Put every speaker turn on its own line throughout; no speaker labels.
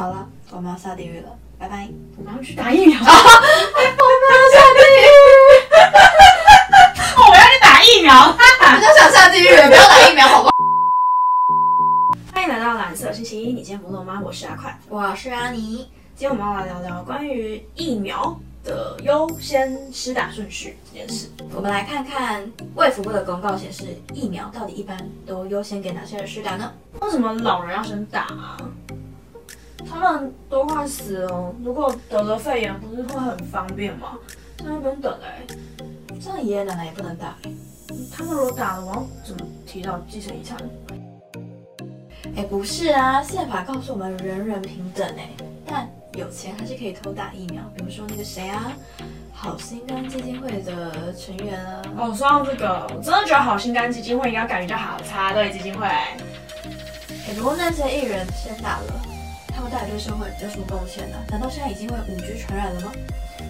好了，我们要下地狱了，拜拜。
我们要去打疫苗， 我们要去打疫苗。
我就想下地狱，不要打疫苗，好不好？
欢迎来到蓝色星期一，你今天不饿吗？我是阿快，
我是阿妮，
今天我们要来聊聊关于疫苗的优先施打顺序这件事。
我们来看看卫福部的公告显示，疫苗到底一般都优先给哪些人施打呢？
为什么老人要先打啊？他们都快死了哦，如果得了肺炎，不是会很方便吗？现在不用等哎、
这样爷爷奶奶也不能打、欸。
他们如果打了，我要怎么提到继承遗产？
哎、不是啊，宪法告诉我们人人平等哎、但有钱还是可以偷打疫苗，比如说那个谁啊，好心肝基金会的成员啊，
哦，说到这个，我真的觉得好心肝基金会应该改名叫好插队基金会。
哎、不过那些艺人先打了，他们到底对社会有什么贡献呢？难道现在已经为五 G 传染了吗？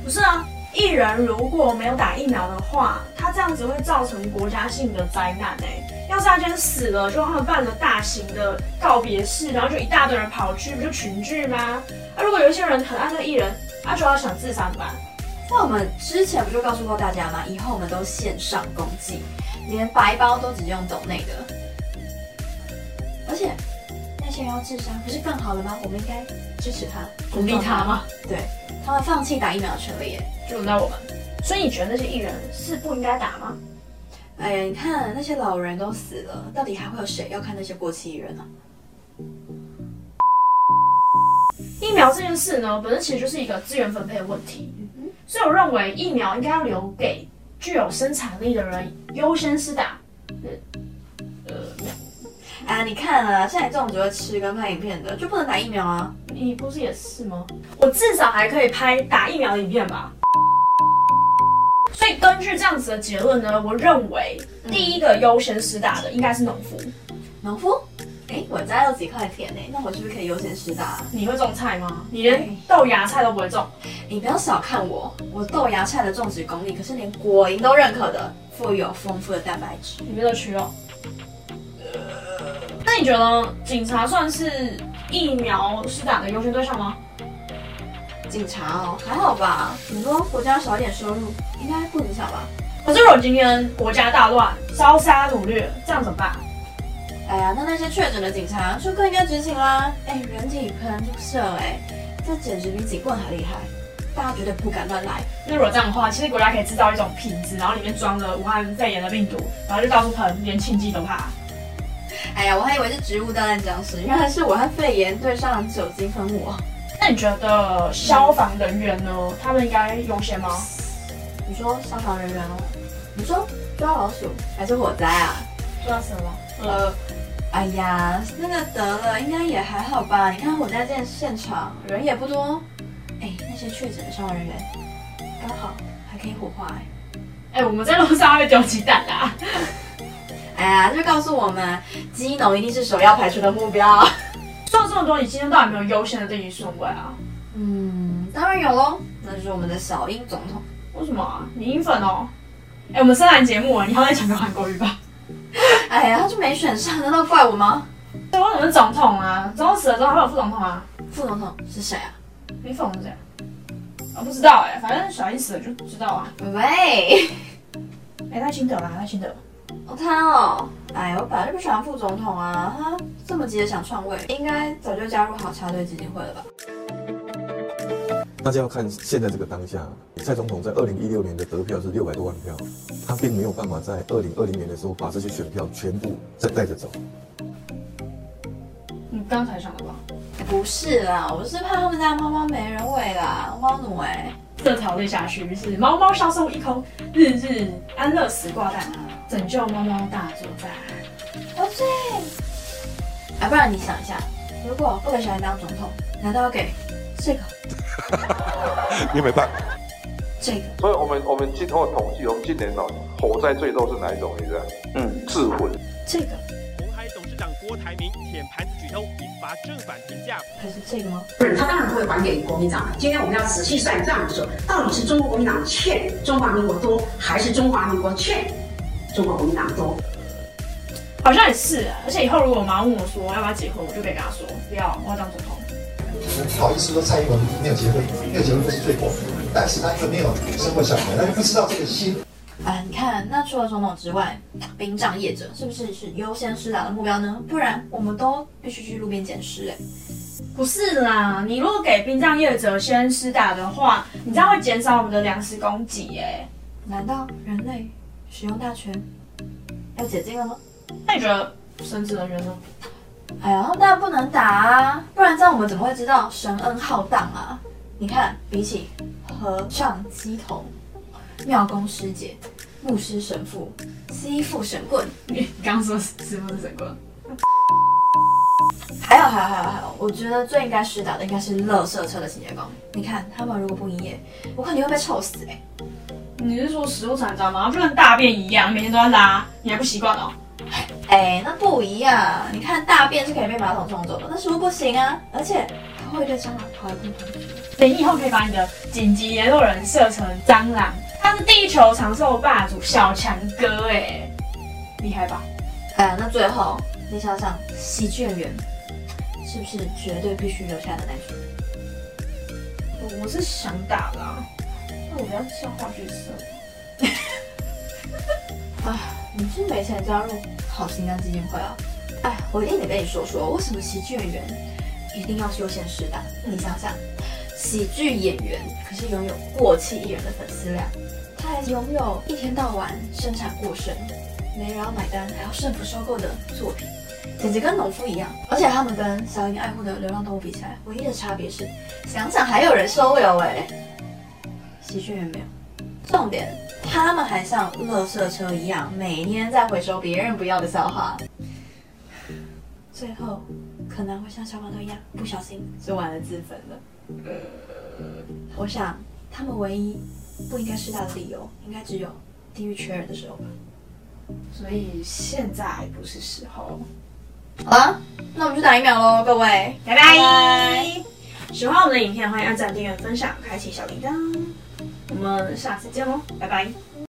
不是啊，艺人如果没有打疫苗的话，他这样子会造成国家性的灾难哎、要是他今天死了，就他们办了大型的告别式，然后就一大堆人跑去，不就群聚吗？啊，如果有一些人很爱这个艺人，他就要想自杀怎么办？
那我们之前不就告诉过大家吗？以后我们都线上公祭，连白包都只用抖内的。而且那些人要自杀，不是更好了吗？我们应该支持他，
鼓励他吗？
对他们放弃打疫苗的权利耶。
就轮到我们。所以你觉得那些艺人是不应该打吗？
哎呀，你看那些老人都死了，到底还会有谁要看那些过气艺人呢、
疫苗这件事呢，本身其实就是一个资源分配的问题，所以我认为疫苗应该要留给具有生产力的人优先施打。呃，
哎呀，你看啊，像你这种只会吃跟拍影片的，就不能打疫苗啊。
你不是也是吗？我至少还可以拍打疫苗的影片吧。所以根据这样子的结论呢，我认为第一个优先施打的应该是农夫。
农夫，哎，我家有几块田呢、那我是不是可以优先施打、啊？
你会种菜吗？你连豆芽菜都不会种。
你不要小看我，我豆芽菜的种植功力可是连果蝇都认可的，富有丰富的蛋白质。
里面的区哦。那你觉得警察算是疫苗施打的优先对象吗？
警察哦，还好吧？你说国家少一点收入，应该不影响吧？
可是如果今天国家大乱，烧杀掳掠，这样怎么办？
哎呀，那那些确诊的警察就更应该执勤啦。哎，人体喷射，哎，这简直比警棍还厉害，大家绝对不敢乱来。
那如果这样的话，其实国家可以制造一种瓶子，然后里面装着武汉肺炎的病毒，然后就到处喷，连亲戚都怕。
哎呀，我还以为是植物大战僵尸，原来是武汉肺炎对上酒精喷雾哦。
那你觉得消防人员呢？他们应该优先吗？
你说消防人员哦？你说抓老鼠还是火灾啊？
不知道什么？
呃，哎呀，那个得了应该也还好吧？你看火灾现现场人也不多，哎，那些确诊的消防人员刚好还可以火化哎。
哎、我们在路上会丢鸡蛋啊！
哎呀，就告诉我们，基农一定是首要排除的目标。
说了这么多，你今天到底有没有优先的第一顺位啊？
嗯，当然有喽，那就是我们的小英总统。
为什么啊？你英粉哦？哎、我们深蓝节目啊，你要再讲个韩国语吧？
哎呀，他就没选上，难道怪我吗？
对， 我们是总统啊，总统死了之后还有副总统啊。
副总统是谁啊？
你粉是谁啊？我、不知道哎、反正小英死了就知道啊。
喂，
哎、赖清德啊，赖清德。
哦他哦，哎呀，我本来就不喜欢副总统啊，他这么急着想篡位，应该早就加入好插队基金会了吧？
大家要看现在这个当下，蔡总统在二零一六年的得票是六百多万票，他并没有办法在二零二零年的时候把这些选票全部再带着走。
你刚才想的吧？
哎不是啦，我是怕他们家猫猫没人喂啦，猫奴哎、
这条类下去是猫猫烧送一空，日日安乐死挂蛋，啊拯救猫猫大作战。
哦对，哎、不然你想一下，如果不给小孩当总统，难道要给这个
你没办法。
这个？
所以我们我们今后统计，我们今年哦，火灾最多是哪一种？你知道？嗯，自焚。
这个
红海董事长郭台铭舔盘子举头，引发正反评价。
还是这个吗？
嗯，他当然不会还给国民党了。今天我们要仔细算账的时候，到底是中国国民党欠中华民国多，还是中华民国欠中国国民党多？
好像也是、啊，而且以后如果我妈问我说要不要结婚，我就可以跟她说不要，我要当总统。
不好意思说蔡英文没有结婚，没有结婚不是罪过，但是他因为没有生过小孩，他就不知道这个心。
啊，你看，那除了总统之外，殡葬业者是不是是优先施打的目标呢？不然我们都必须去路边捡尸哎、
不是啦，你如果给殡葬业者先施打的话，你这样会减少我们的粮食供给耶、
难道人类使用大权要解禁了吗？
那你觉得神职人员呢？
哎呀，当然不能打啊，不然这样我们怎么会知道神恩浩荡啊？你看，比起和尚、鸡童、庙公师姐、牧师神父、西父神棍，
你刚刚说师傅是神棍，
还有还有还有还有，我觉得最应该施打的应该是垃圾车的清洁工。你看他们如果不营业，我肯定会被臭死哎、
你是说食物残渣吗？就跟大便一样，每天都要拉，你还不习惯哦？
哎，那不一样。你看，大便是可以被马桶冲走的，但食物不行啊。而且它会对蟑螂跑来不同。
你以后可以把你的紧急联络人设成蟑螂，他是地球长寿霸主小强哥哎，厉害吧？
哎，那最后你想想，喜剧演员是不是绝对必须留下的那句？
我是想打啦，那我们要上话剧社。
啊你是没钱加入好心肝基金会啊？哎，我一定得跟你说说，为什么喜剧演员一定要优先施打？你想想，喜剧演员可是拥有过气艺人的粉丝量，他还拥有一天到晚生产过剩、没人要买单还要政府收购的作品，简直跟农夫一样。而且他们跟小英爱护的流浪动物比起来，唯一的差别是，想想还有人收留哎、喜剧演员没有。重点，他们还像垃圾车一样，每天在回收别人不要的笑话，最后可能会像小马豆一样，不小心做完了自焚了。我想，他们唯一不应该施打的理由，应该只有地狱缺人的时候吧。
所以现在还不是时候。
好了，那我们去打疫苗喽，各位，
拜拜。喜欢我们的影片，欢迎按赞、订阅、分享、开启小铃铛。我们下次见喽，拜拜。